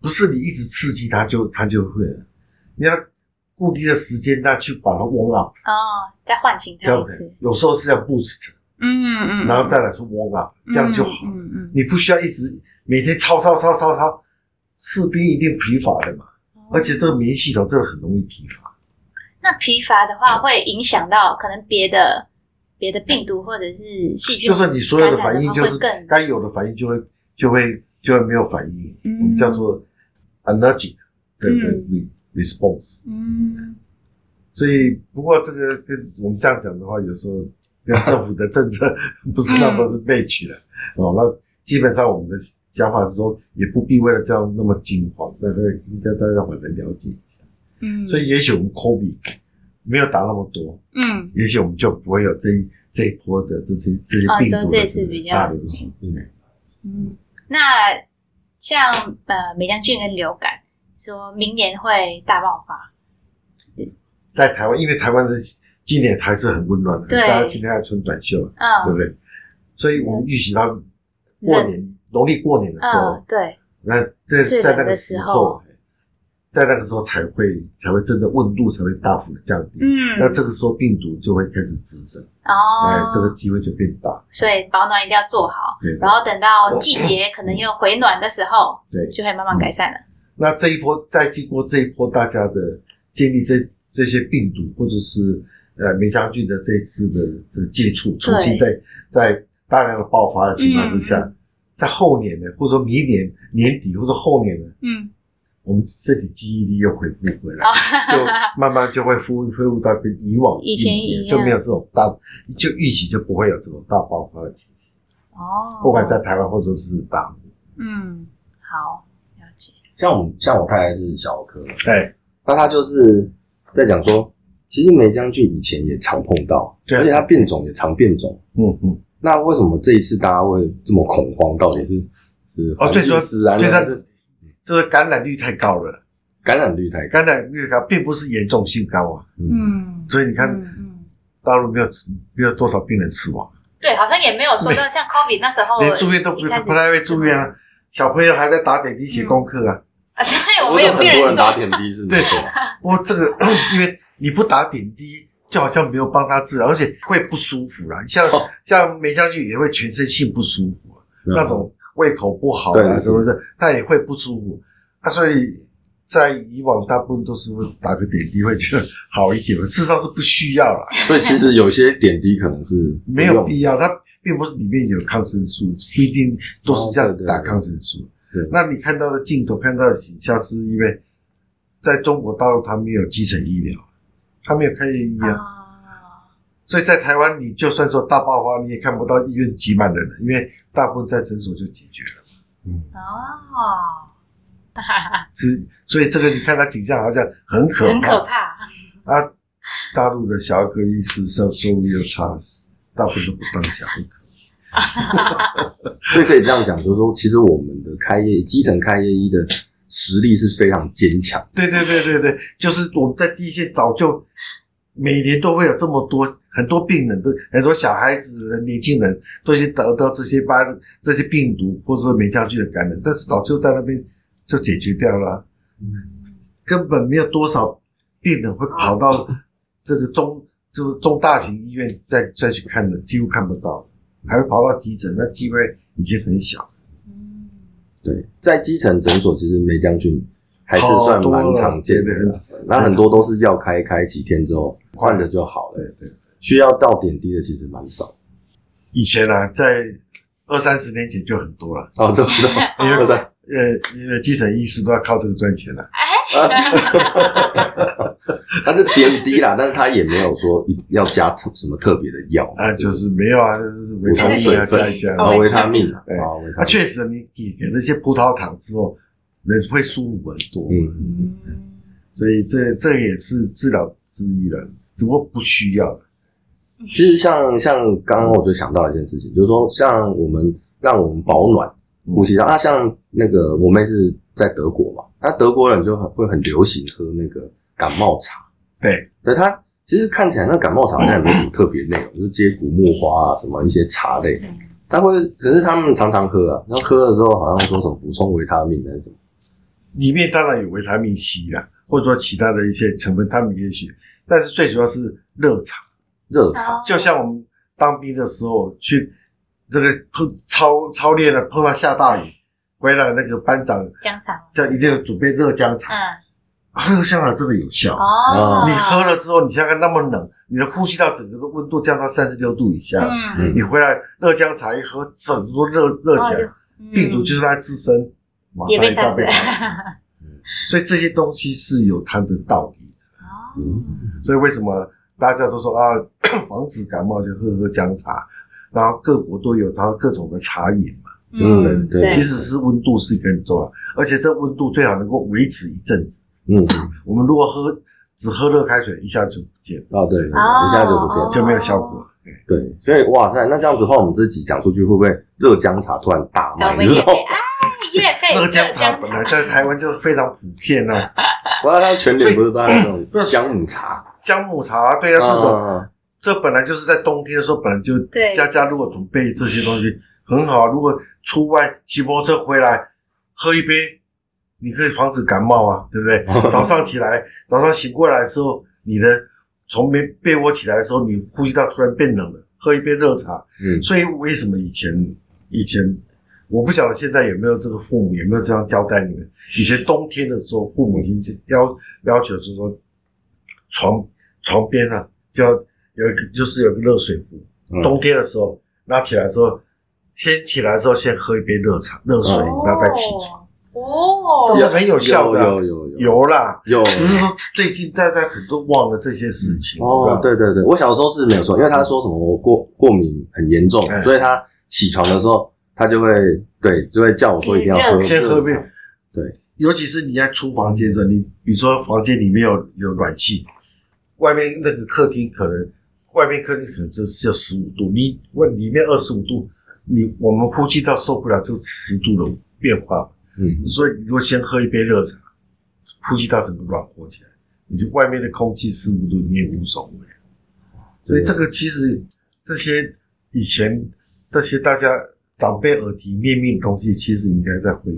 [SPEAKER 1] 不是你一直刺激它就它就会了，你要固定的时间它去把它 warm up，
[SPEAKER 2] 哦，再唤醒
[SPEAKER 1] 这
[SPEAKER 2] 他
[SPEAKER 1] 样
[SPEAKER 2] 一
[SPEAKER 1] 子
[SPEAKER 2] 次，
[SPEAKER 1] 有时候是要 boost，
[SPEAKER 2] 嗯嗯，
[SPEAKER 1] 然后再来是 warm up，这样就好。
[SPEAKER 2] 嗯嗯
[SPEAKER 1] 你不需要一直每天操操操操操，士兵一定疲乏的嘛。
[SPEAKER 2] 嗯，
[SPEAKER 1] 而且这个免疫系统真的很容易疲乏，
[SPEAKER 2] 那疲乏的话，会影响到可能别的别的病毒或者是细菌，
[SPEAKER 1] 就是你所有的反应
[SPEAKER 2] 感
[SPEAKER 1] 就
[SPEAKER 2] 染
[SPEAKER 1] 是
[SPEAKER 2] 的话会更
[SPEAKER 1] 该有的反应就会就会就会没有反应，
[SPEAKER 2] 嗯
[SPEAKER 1] 我们叫做 allergic 的
[SPEAKER 2] 嗯
[SPEAKER 1] 的 re- response。
[SPEAKER 2] 嗯
[SPEAKER 1] 所以不过这个跟我们这样讲的话，有时候跟政府的政策 <laughs> 不是那么的 match 的
[SPEAKER 2] 嗯
[SPEAKER 1] 哦。那基本上我们的想法是说，也不必为了这样那么惊慌，那个应该大家反正了解一下。
[SPEAKER 2] 嗯，
[SPEAKER 1] 所以也许我们 Kobe 没有打那么多，
[SPEAKER 2] 嗯
[SPEAKER 1] 也许我们就不会有这一这一波的这些这些
[SPEAKER 2] 哦
[SPEAKER 1] 病毒
[SPEAKER 2] 这
[SPEAKER 1] 的
[SPEAKER 2] 这次
[SPEAKER 1] 这个
[SPEAKER 2] 比较
[SPEAKER 1] 大流行。嗯，
[SPEAKER 2] 嗯，那像呃梅将军跟流感，说明年会大爆发，
[SPEAKER 1] 在台湾，因为台湾的今年还是很温暖的，
[SPEAKER 2] 对
[SPEAKER 1] 大家今天还穿短袖，对不
[SPEAKER 2] 嗯
[SPEAKER 1] 对？所以我们预期到过年农历过年的时候
[SPEAKER 2] 嗯，，对，
[SPEAKER 1] 那在
[SPEAKER 2] 最冷的
[SPEAKER 1] 在那个时候
[SPEAKER 2] 时候，
[SPEAKER 1] 在那个时候才会才会真的温度才会大幅的降低。
[SPEAKER 2] 嗯，
[SPEAKER 1] 那这个时候病毒就会开始滋生，哎
[SPEAKER 2] 哦，，
[SPEAKER 1] 这个机会就变大。
[SPEAKER 2] 所以保暖一定要做好，
[SPEAKER 1] 对
[SPEAKER 2] 然后等到季节可能又回暖的时候，
[SPEAKER 1] 对嗯
[SPEAKER 2] 就会慢慢改善了。
[SPEAKER 1] 那这一波再经过这一波大家的经历这这些病毒或者是呃梅将军的这次的的接触，重新在在大量的爆发的情况之下，
[SPEAKER 2] 嗯
[SPEAKER 1] 在后年呢，或者说明年年底或者后年呢，
[SPEAKER 2] 嗯，
[SPEAKER 1] 我们身体记忆力又恢复回来，
[SPEAKER 2] 哦， <laughs>
[SPEAKER 1] 就慢慢就会恢复恢复到跟以往
[SPEAKER 2] 以前
[SPEAKER 1] 年
[SPEAKER 2] 一样
[SPEAKER 1] 就没有这种大，就预期就不会有这种大爆发的情形，
[SPEAKER 2] 哦，
[SPEAKER 1] 不管在台湾或者是大陆，
[SPEAKER 2] 嗯，好，了解。
[SPEAKER 4] 像我们像我太太是小儿科嘛，
[SPEAKER 1] 哎，
[SPEAKER 4] 那她就是在讲说，其实梅将军以前也常碰到，
[SPEAKER 1] 对
[SPEAKER 4] 而且它变种也常变种。
[SPEAKER 1] 嗯嗯，
[SPEAKER 4] 那为什么这一次大家会这么恐慌？到底是是
[SPEAKER 1] 哦，对说，
[SPEAKER 4] 是啊，
[SPEAKER 1] 对
[SPEAKER 4] 那
[SPEAKER 1] 它这这个感染率太高了，
[SPEAKER 4] 感染率太高，
[SPEAKER 1] 感染率高并不是严重性高啊，
[SPEAKER 4] 嗯，
[SPEAKER 2] 嗯，
[SPEAKER 1] 所以你看
[SPEAKER 2] 嗯嗯，
[SPEAKER 1] 大陆没有没有多少病人死亡，
[SPEAKER 2] 对，好像也没有说到像 COVID 那时候
[SPEAKER 1] 连住院都不
[SPEAKER 2] 一开嗯始
[SPEAKER 1] 不太会住院啊，小朋友还在打点滴写功课啊，
[SPEAKER 2] 啊， <laughs> 对，
[SPEAKER 4] 不
[SPEAKER 2] 我
[SPEAKER 4] 过
[SPEAKER 2] 们有
[SPEAKER 4] 很
[SPEAKER 2] 病
[SPEAKER 4] 多人
[SPEAKER 2] 说
[SPEAKER 4] 打点滴是没错，啊
[SPEAKER 2] 嗯
[SPEAKER 1] 不过这个 <coughs> 因为你不打点滴。就好像没有帮他治疗，而且会不舒服啦。像、
[SPEAKER 4] 哦嗯
[SPEAKER 1] 像梅将军也会全身性不舒服、啊那种胃口不好
[SPEAKER 4] 对
[SPEAKER 1] 啊什么的，他也会不舒服。啊，所以在以往大部分都是会打个点滴会觉得好一点，事实上是不需要啦，
[SPEAKER 4] <laughs> 所以其实有些点滴可能是
[SPEAKER 1] 没有必要。它并不是里面有抗生素，不一定都是这
[SPEAKER 4] 哦
[SPEAKER 1] 样
[SPEAKER 4] 对对
[SPEAKER 1] 打抗生素
[SPEAKER 4] 对。
[SPEAKER 1] 那你看到的镜头，看到的形象，是因为在中国大陆它没有基层医疗，它没有开业医疗，
[SPEAKER 2] 啊，
[SPEAKER 1] 所以在台湾你就算说大爆发，你也看不到医院挤满人了，因为大部分在诊所就解决了。
[SPEAKER 2] 哦，
[SPEAKER 1] 是，所以这个你看它景象好像很可
[SPEAKER 2] 很
[SPEAKER 1] 怕
[SPEAKER 2] 可怕。
[SPEAKER 1] 啊。大陆的小儿科医师收收入又差，大部分都不当小儿科。
[SPEAKER 4] 所以可以这样讲，就是说，其实我们的开业基层开业医的实力是非常坚强。
[SPEAKER 1] 对对对对对，就是我们在第一线早就每年都会有这么多很多病人都很多小孩子、年轻人都已经得到这些巴这些病毒或者说梅将军的感染，但是早就在那边就解决掉了啊、根本没有多少病人会跑到这个中就是中大型医院再再去看的，几乎看不到，还会跑到急诊，那机会已经很小。
[SPEAKER 2] 嗯，
[SPEAKER 4] 对，在基层诊所，其实梅将军还是算蛮常见的啦
[SPEAKER 1] 好。
[SPEAKER 4] 那很多都是药开开几天之后，
[SPEAKER 1] 快
[SPEAKER 4] 患者就好了
[SPEAKER 1] 对。对。
[SPEAKER 4] 需要到点滴的其实蛮少。
[SPEAKER 1] 以前啊，在二三十年前就很多了，
[SPEAKER 4] 哦，
[SPEAKER 1] <laughs>
[SPEAKER 4] 真的，
[SPEAKER 2] 因为
[SPEAKER 4] 真的
[SPEAKER 1] 呃，因为基层医师都要靠这个赚钱了。
[SPEAKER 4] <laughs> 他是点滴啦，但是他也没有说一定要加特什么特别的药
[SPEAKER 1] 啊，就是没有啊，就是维
[SPEAKER 4] 补
[SPEAKER 1] 他
[SPEAKER 4] 充
[SPEAKER 1] 命啊，
[SPEAKER 4] 水
[SPEAKER 1] 加一加
[SPEAKER 4] 分，
[SPEAKER 1] 啊。
[SPEAKER 4] 然后维他命啊
[SPEAKER 1] 对，
[SPEAKER 4] 啊维他
[SPEAKER 1] 啊，
[SPEAKER 4] 命，
[SPEAKER 1] 确实，你你给那些葡萄糖之后，人会舒服很多。
[SPEAKER 4] 嗯，
[SPEAKER 2] 嗯
[SPEAKER 1] 所以这这也是治疗之一了，只不过不需要了。
[SPEAKER 4] 其实像像刚刚我就想到一件事情，就是说像我们让我们保暖
[SPEAKER 1] 嗯
[SPEAKER 4] 呼吸道，那啊像那个我妹是在德国嘛，那德国人就很会很流行喝那个感冒茶，
[SPEAKER 1] 对，
[SPEAKER 4] 对它其实看起来那感冒茶好像也没什么特别内容，就是接骨木花啊什么一些茶
[SPEAKER 2] 嗯
[SPEAKER 4] 类，他会可是他们常常喝啊，然后喝了之后好像说什么补充维他命还是什么，
[SPEAKER 1] 里面当然有维他命 C 啦，或者说其他的一些成分，他们也许，但是最主要是热茶。
[SPEAKER 4] 热
[SPEAKER 2] 啊
[SPEAKER 4] 茶，
[SPEAKER 1] 就像我们当兵的时候去这个碰操操练了，碰到下大雨，回来那个班长
[SPEAKER 2] 姜肠，
[SPEAKER 1] 叫一定要准备热姜茶，
[SPEAKER 2] 嗯，
[SPEAKER 1] 喝香茶真的有效。
[SPEAKER 2] 哦，
[SPEAKER 1] 你喝了之后，你想想看那么冷，你的呼吸道整个的温度降到三十六度以下，
[SPEAKER 2] 嗯，
[SPEAKER 1] 你回来热姜茶一喝，整个都热热起来，
[SPEAKER 2] 嗯
[SPEAKER 1] 病毒就是它自身马
[SPEAKER 2] 也
[SPEAKER 1] 上
[SPEAKER 2] 被
[SPEAKER 1] 一大
[SPEAKER 2] 杀死
[SPEAKER 1] 被
[SPEAKER 2] 了。
[SPEAKER 1] 杀死。
[SPEAKER 2] <laughs>
[SPEAKER 1] 所以这些东西是有它的道理的。
[SPEAKER 2] 哦，
[SPEAKER 4] 嗯，
[SPEAKER 1] 所以为什么大家都说啊， <coughs> 防止感冒就喝喝姜茶，然后各国都有它各种的茶饮嘛。
[SPEAKER 2] 嗯，
[SPEAKER 4] 对
[SPEAKER 2] 对，
[SPEAKER 1] 其实是温度是一个很重要，而且这温度最好能够维持一阵子。
[SPEAKER 4] 嗯，
[SPEAKER 1] 我们如果喝只喝热开水，一下子就不见了，
[SPEAKER 4] 哦对，对对
[SPEAKER 2] 哦
[SPEAKER 4] 一下就不见
[SPEAKER 2] 哦
[SPEAKER 4] 了。
[SPEAKER 1] 就没有效果了。对
[SPEAKER 4] 对，所以哇塞，那这样子的话，我们这集讲出去会不会热姜茶突然大
[SPEAKER 2] 那我
[SPEAKER 4] 卖？
[SPEAKER 2] 们
[SPEAKER 4] 你知
[SPEAKER 2] 叶
[SPEAKER 4] 道吗
[SPEAKER 2] 配，？哎，叶配
[SPEAKER 1] 那个姜茶本来在台湾就非常普遍啊，
[SPEAKER 4] 我要他全脸不是都那种姜母茶，
[SPEAKER 1] 姜母茶对啊，这种
[SPEAKER 4] 啊
[SPEAKER 1] 这本来就是在冬天的时候，本来就
[SPEAKER 2] 对
[SPEAKER 1] 家家如果准备这些东西很好。如果出外骑摩托车回来喝一杯，你可以防止感冒啊，对不
[SPEAKER 4] <laughs>
[SPEAKER 1] 对？早上起来，早上醒过来的时候，你的从被被窝起来的时候，你呼吸道突然变冷了，喝一杯热茶。
[SPEAKER 4] 嗯，
[SPEAKER 1] 所以为什么以前以前我不晓得现在有没有这个父母有没有这样交代你们？以前冬天的时候，父母亲就要要求是说床床边啊，就要有一个就是有个热水壶，
[SPEAKER 4] 嗯
[SPEAKER 1] 冬天的时候拿起来的时候，先起来的时候先喝一杯热茶热水，
[SPEAKER 2] 哦
[SPEAKER 1] 然后再起床，
[SPEAKER 2] 床。哦
[SPEAKER 1] 这，是很有效的啊。
[SPEAKER 4] 嗯有哦有有
[SPEAKER 1] 有啦，
[SPEAKER 4] 有
[SPEAKER 1] 只是说最近大家很多忘了这些事情。
[SPEAKER 4] 哦，
[SPEAKER 1] 你知道吗，
[SPEAKER 4] 对对对，我小时候是没有错，因为他说什么我过过敏很严重
[SPEAKER 1] 哎，
[SPEAKER 4] 所以他起床的时候他就会对就会叫我说一定要喝，
[SPEAKER 1] 先喝杯。
[SPEAKER 4] 对，
[SPEAKER 1] 尤其是你在出房间的时候，你比如说房间里面有有暖气，外面那个客厅可能外面客厅可能就只有十五度，你问里面二十五度，你我们呼吸到受不了就十度的变化，
[SPEAKER 4] 嗯，
[SPEAKER 1] 所以你如果先喝一杯热茶，呼吸道整个暖和起来，你就外面的空气十五度你也无所谓。所
[SPEAKER 4] 啊
[SPEAKER 1] 以这个其实这些以前这些大家长辈耳提面命的东西，其实应该再回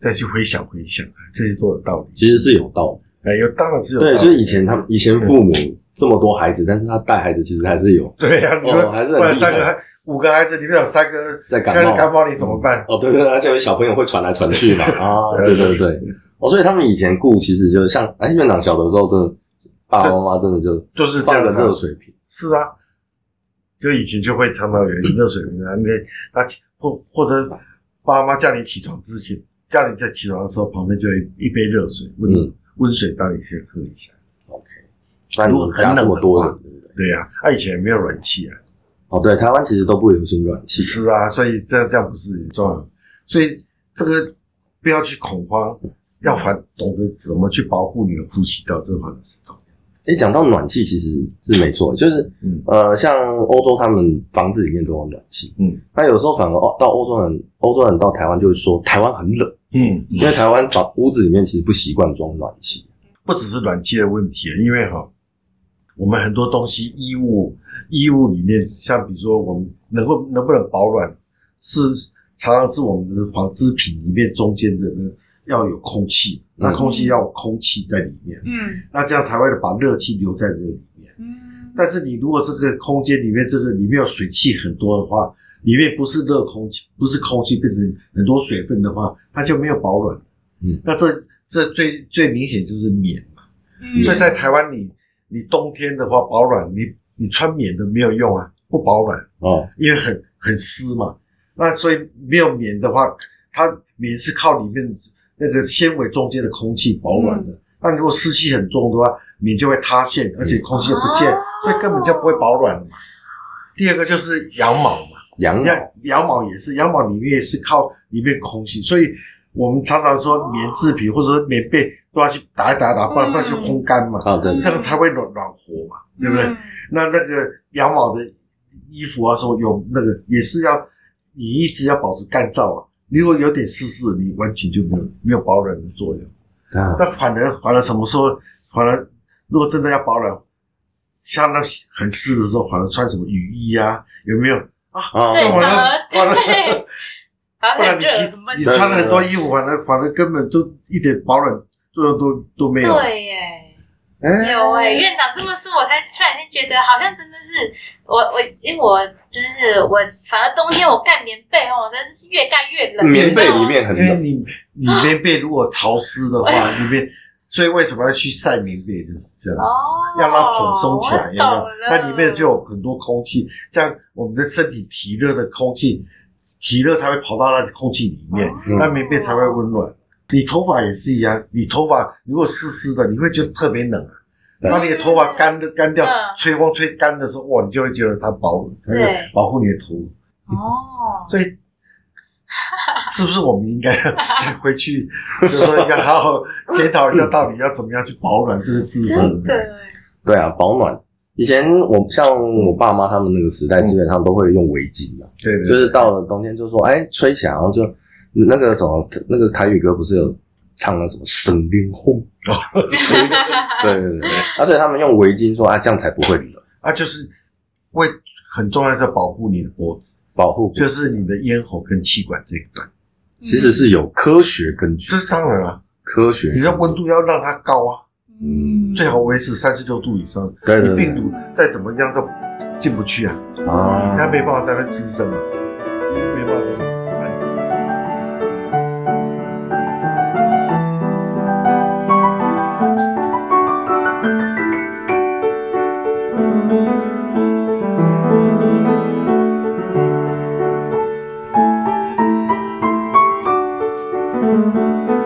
[SPEAKER 1] 再去回想回想，啊这些都有道理。
[SPEAKER 4] 其实是有道理。
[SPEAKER 1] 哎，有当然是有道理。嗯
[SPEAKER 4] 对，所以以前他们以前父母这么多孩子，但是他带孩子其实还是有
[SPEAKER 1] 对呀、你
[SPEAKER 4] 哦还是
[SPEAKER 1] 说
[SPEAKER 4] 很厉害
[SPEAKER 1] 不然三个孩五个孩子里面有三个
[SPEAKER 4] 在感
[SPEAKER 1] 现
[SPEAKER 4] 冒啊
[SPEAKER 1] 感冒你怎么办？
[SPEAKER 4] 哦，对对对，而且有小朋友会传来传
[SPEAKER 1] <laughs>
[SPEAKER 4] 去嘛啊，对
[SPEAKER 1] 对
[SPEAKER 4] 对对，哦，所以他们以前顾其实就是像哎院长小的时候真的爸爸妈妈真的就
[SPEAKER 1] 就是这
[SPEAKER 4] 放
[SPEAKER 1] 样
[SPEAKER 4] 个
[SPEAKER 1] 子啊
[SPEAKER 4] 热水瓶，
[SPEAKER 1] 是啊，就以前就会常常有人热水瓶啊，那那或或者爸妈叫你起床之前，叫你在起床的时候旁边就有一一杯热水，温、
[SPEAKER 4] 嗯
[SPEAKER 1] 温水让你先喝一下。
[SPEAKER 4] 那你们家这么多人，对不对？
[SPEAKER 1] 对呀、啊，以前也没有暖气啊。
[SPEAKER 4] 哦，对，台湾其实都不流行暖气，
[SPEAKER 1] 是啊，所以这样这样不是很重要，所以这个不要去恐慌，要反懂得怎么去保护你的呼吸道，这反而是重要。
[SPEAKER 4] 诶，哎讲到暖气，其实是没错，就是、
[SPEAKER 1] 嗯
[SPEAKER 4] 呃，像欧洲他们房子里面都有暖气，
[SPEAKER 1] 嗯，
[SPEAKER 4] 那有时候反而哦，到欧洲人，欧洲人到台湾就会说台湾很冷，
[SPEAKER 1] 嗯，
[SPEAKER 4] 因为台湾房屋子里面其实不习惯装暖气，
[SPEAKER 1] 不只是暖气的问题，因为哈、我们很多东西衣物衣物里面，像比如说我们能够能不能保暖，是常常是我们的纺织品里面中间的呢要有空气，那空气要有空气在里面，
[SPEAKER 2] 嗯
[SPEAKER 1] 那这样才会把热气留在这里面。
[SPEAKER 2] 嗯，
[SPEAKER 1] 但是你如果这个空间里面这个里面有水汽很多的话，里面不是热空气，不是空气变成很多水分的话，它就没有保暖。
[SPEAKER 4] 嗯，
[SPEAKER 1] 那这这最最明显就是棉嘛。
[SPEAKER 2] 嗯
[SPEAKER 1] 所以在台湾你你冬天的话保暖，你你穿棉的没有用啊，不保暖，
[SPEAKER 4] 哦，
[SPEAKER 1] 因为很很湿嘛。那所以没有棉的话，它棉是靠里面那个纤维中间的空气保暖的。那如果湿气很重的话，棉就会塌陷，而且空气又不见，
[SPEAKER 2] 哦
[SPEAKER 1] 所以根本就不会保暖了嘛。第二个就是羊毛嘛，
[SPEAKER 4] 羊毛
[SPEAKER 1] 羊羊毛也是，羊毛里面也是靠里面空气，所以我们常常说棉制品或者说棉被都要去打一打打，不然
[SPEAKER 2] 嗯
[SPEAKER 1] 不然去烘干嘛，
[SPEAKER 4] 啊，对，
[SPEAKER 2] 嗯
[SPEAKER 1] 这个才会暖暖和嘛，对不对？
[SPEAKER 2] 嗯
[SPEAKER 1] 那那个羊毛的衣服啊，说有那个也是要，你一直要保持干燥啊。你如果有点湿湿的，你完全就没有没有保暖的作用。
[SPEAKER 4] 啊，
[SPEAKER 1] 那反而反而什么时候？反而如果真的要保暖，像那很湿的时候，反而穿什么雨衣啊？有没有？
[SPEAKER 4] 啊
[SPEAKER 2] 对，
[SPEAKER 1] 那
[SPEAKER 2] 反
[SPEAKER 1] 我呢
[SPEAKER 2] 而
[SPEAKER 1] <laughs> 完了
[SPEAKER 2] 对，反
[SPEAKER 1] 不
[SPEAKER 2] 而
[SPEAKER 1] 然
[SPEAKER 2] 很
[SPEAKER 1] 你
[SPEAKER 2] 热
[SPEAKER 1] 其
[SPEAKER 2] 很闷
[SPEAKER 1] 你
[SPEAKER 4] 对
[SPEAKER 1] 穿了很多衣服，反而反而根本就一点保暖作用都都没有。
[SPEAKER 2] 对耶。
[SPEAKER 4] 哎
[SPEAKER 2] 有哎、院长这么说，我才突然间觉得好像真的是我我，因为我真是我，反而冬天我盖棉被哦，真是越盖越冷。
[SPEAKER 4] 棉被里面很
[SPEAKER 1] 因为
[SPEAKER 4] 冷，
[SPEAKER 1] 你你棉被如果潮湿的话，里面所以为什么要去晒棉被就是这样。
[SPEAKER 2] 哦，
[SPEAKER 1] 让它蓬松起来，有没有
[SPEAKER 2] 我懂了？
[SPEAKER 1] 那里面就有很多空气，这样我们的身体体热的空气，体热才会跑到那里空气里面，
[SPEAKER 2] 哦
[SPEAKER 1] 那棉被才会温暖。你头发也是一样，你头发如果湿湿的，你会觉得特别冷啊。
[SPEAKER 4] 对
[SPEAKER 1] 当你的头发干的干掉
[SPEAKER 2] 嗯，
[SPEAKER 1] 吹风吹干的时候，哇，你就会觉得它保它就
[SPEAKER 2] 对
[SPEAKER 1] 保护你的头。
[SPEAKER 2] 哦，
[SPEAKER 1] 所以，是不是我们应该再回去，就是说应该好好检讨一下，到底要怎么样去保暖这个知识？
[SPEAKER 2] 真
[SPEAKER 1] 嗯
[SPEAKER 2] 的耶
[SPEAKER 4] 对啊，保暖。以前我像我爸妈他们那个时代，基本上都会用围巾嘛，
[SPEAKER 1] 嗯对对，对
[SPEAKER 4] 就是到了冬天就说，哎，吹起来，然后就那个什么，那个台语歌不是有唱那什么“省连轰”，
[SPEAKER 1] 哦
[SPEAKER 4] <laughs> 对对对对，啊，所以他们用围巾说啊，这样才不会冷，
[SPEAKER 1] 啊，就是为很重要的保护你的脖子，
[SPEAKER 4] 保护
[SPEAKER 1] 就是你的咽喉跟气管这一段。
[SPEAKER 2] 嗯
[SPEAKER 4] 其实是有科学根据
[SPEAKER 1] 这，是当然了、
[SPEAKER 4] 科学根据
[SPEAKER 1] 你的温度要让它高啊，
[SPEAKER 2] 嗯
[SPEAKER 1] 最好维持三十六度以上，
[SPEAKER 4] 对
[SPEAKER 1] 你
[SPEAKER 4] 对
[SPEAKER 1] 病
[SPEAKER 4] 对
[SPEAKER 1] 毒再怎么样都进不去啊，
[SPEAKER 4] 啊
[SPEAKER 1] 它没办法在那滋生啊，没办法在那繁殖。
[SPEAKER 5] 嗯。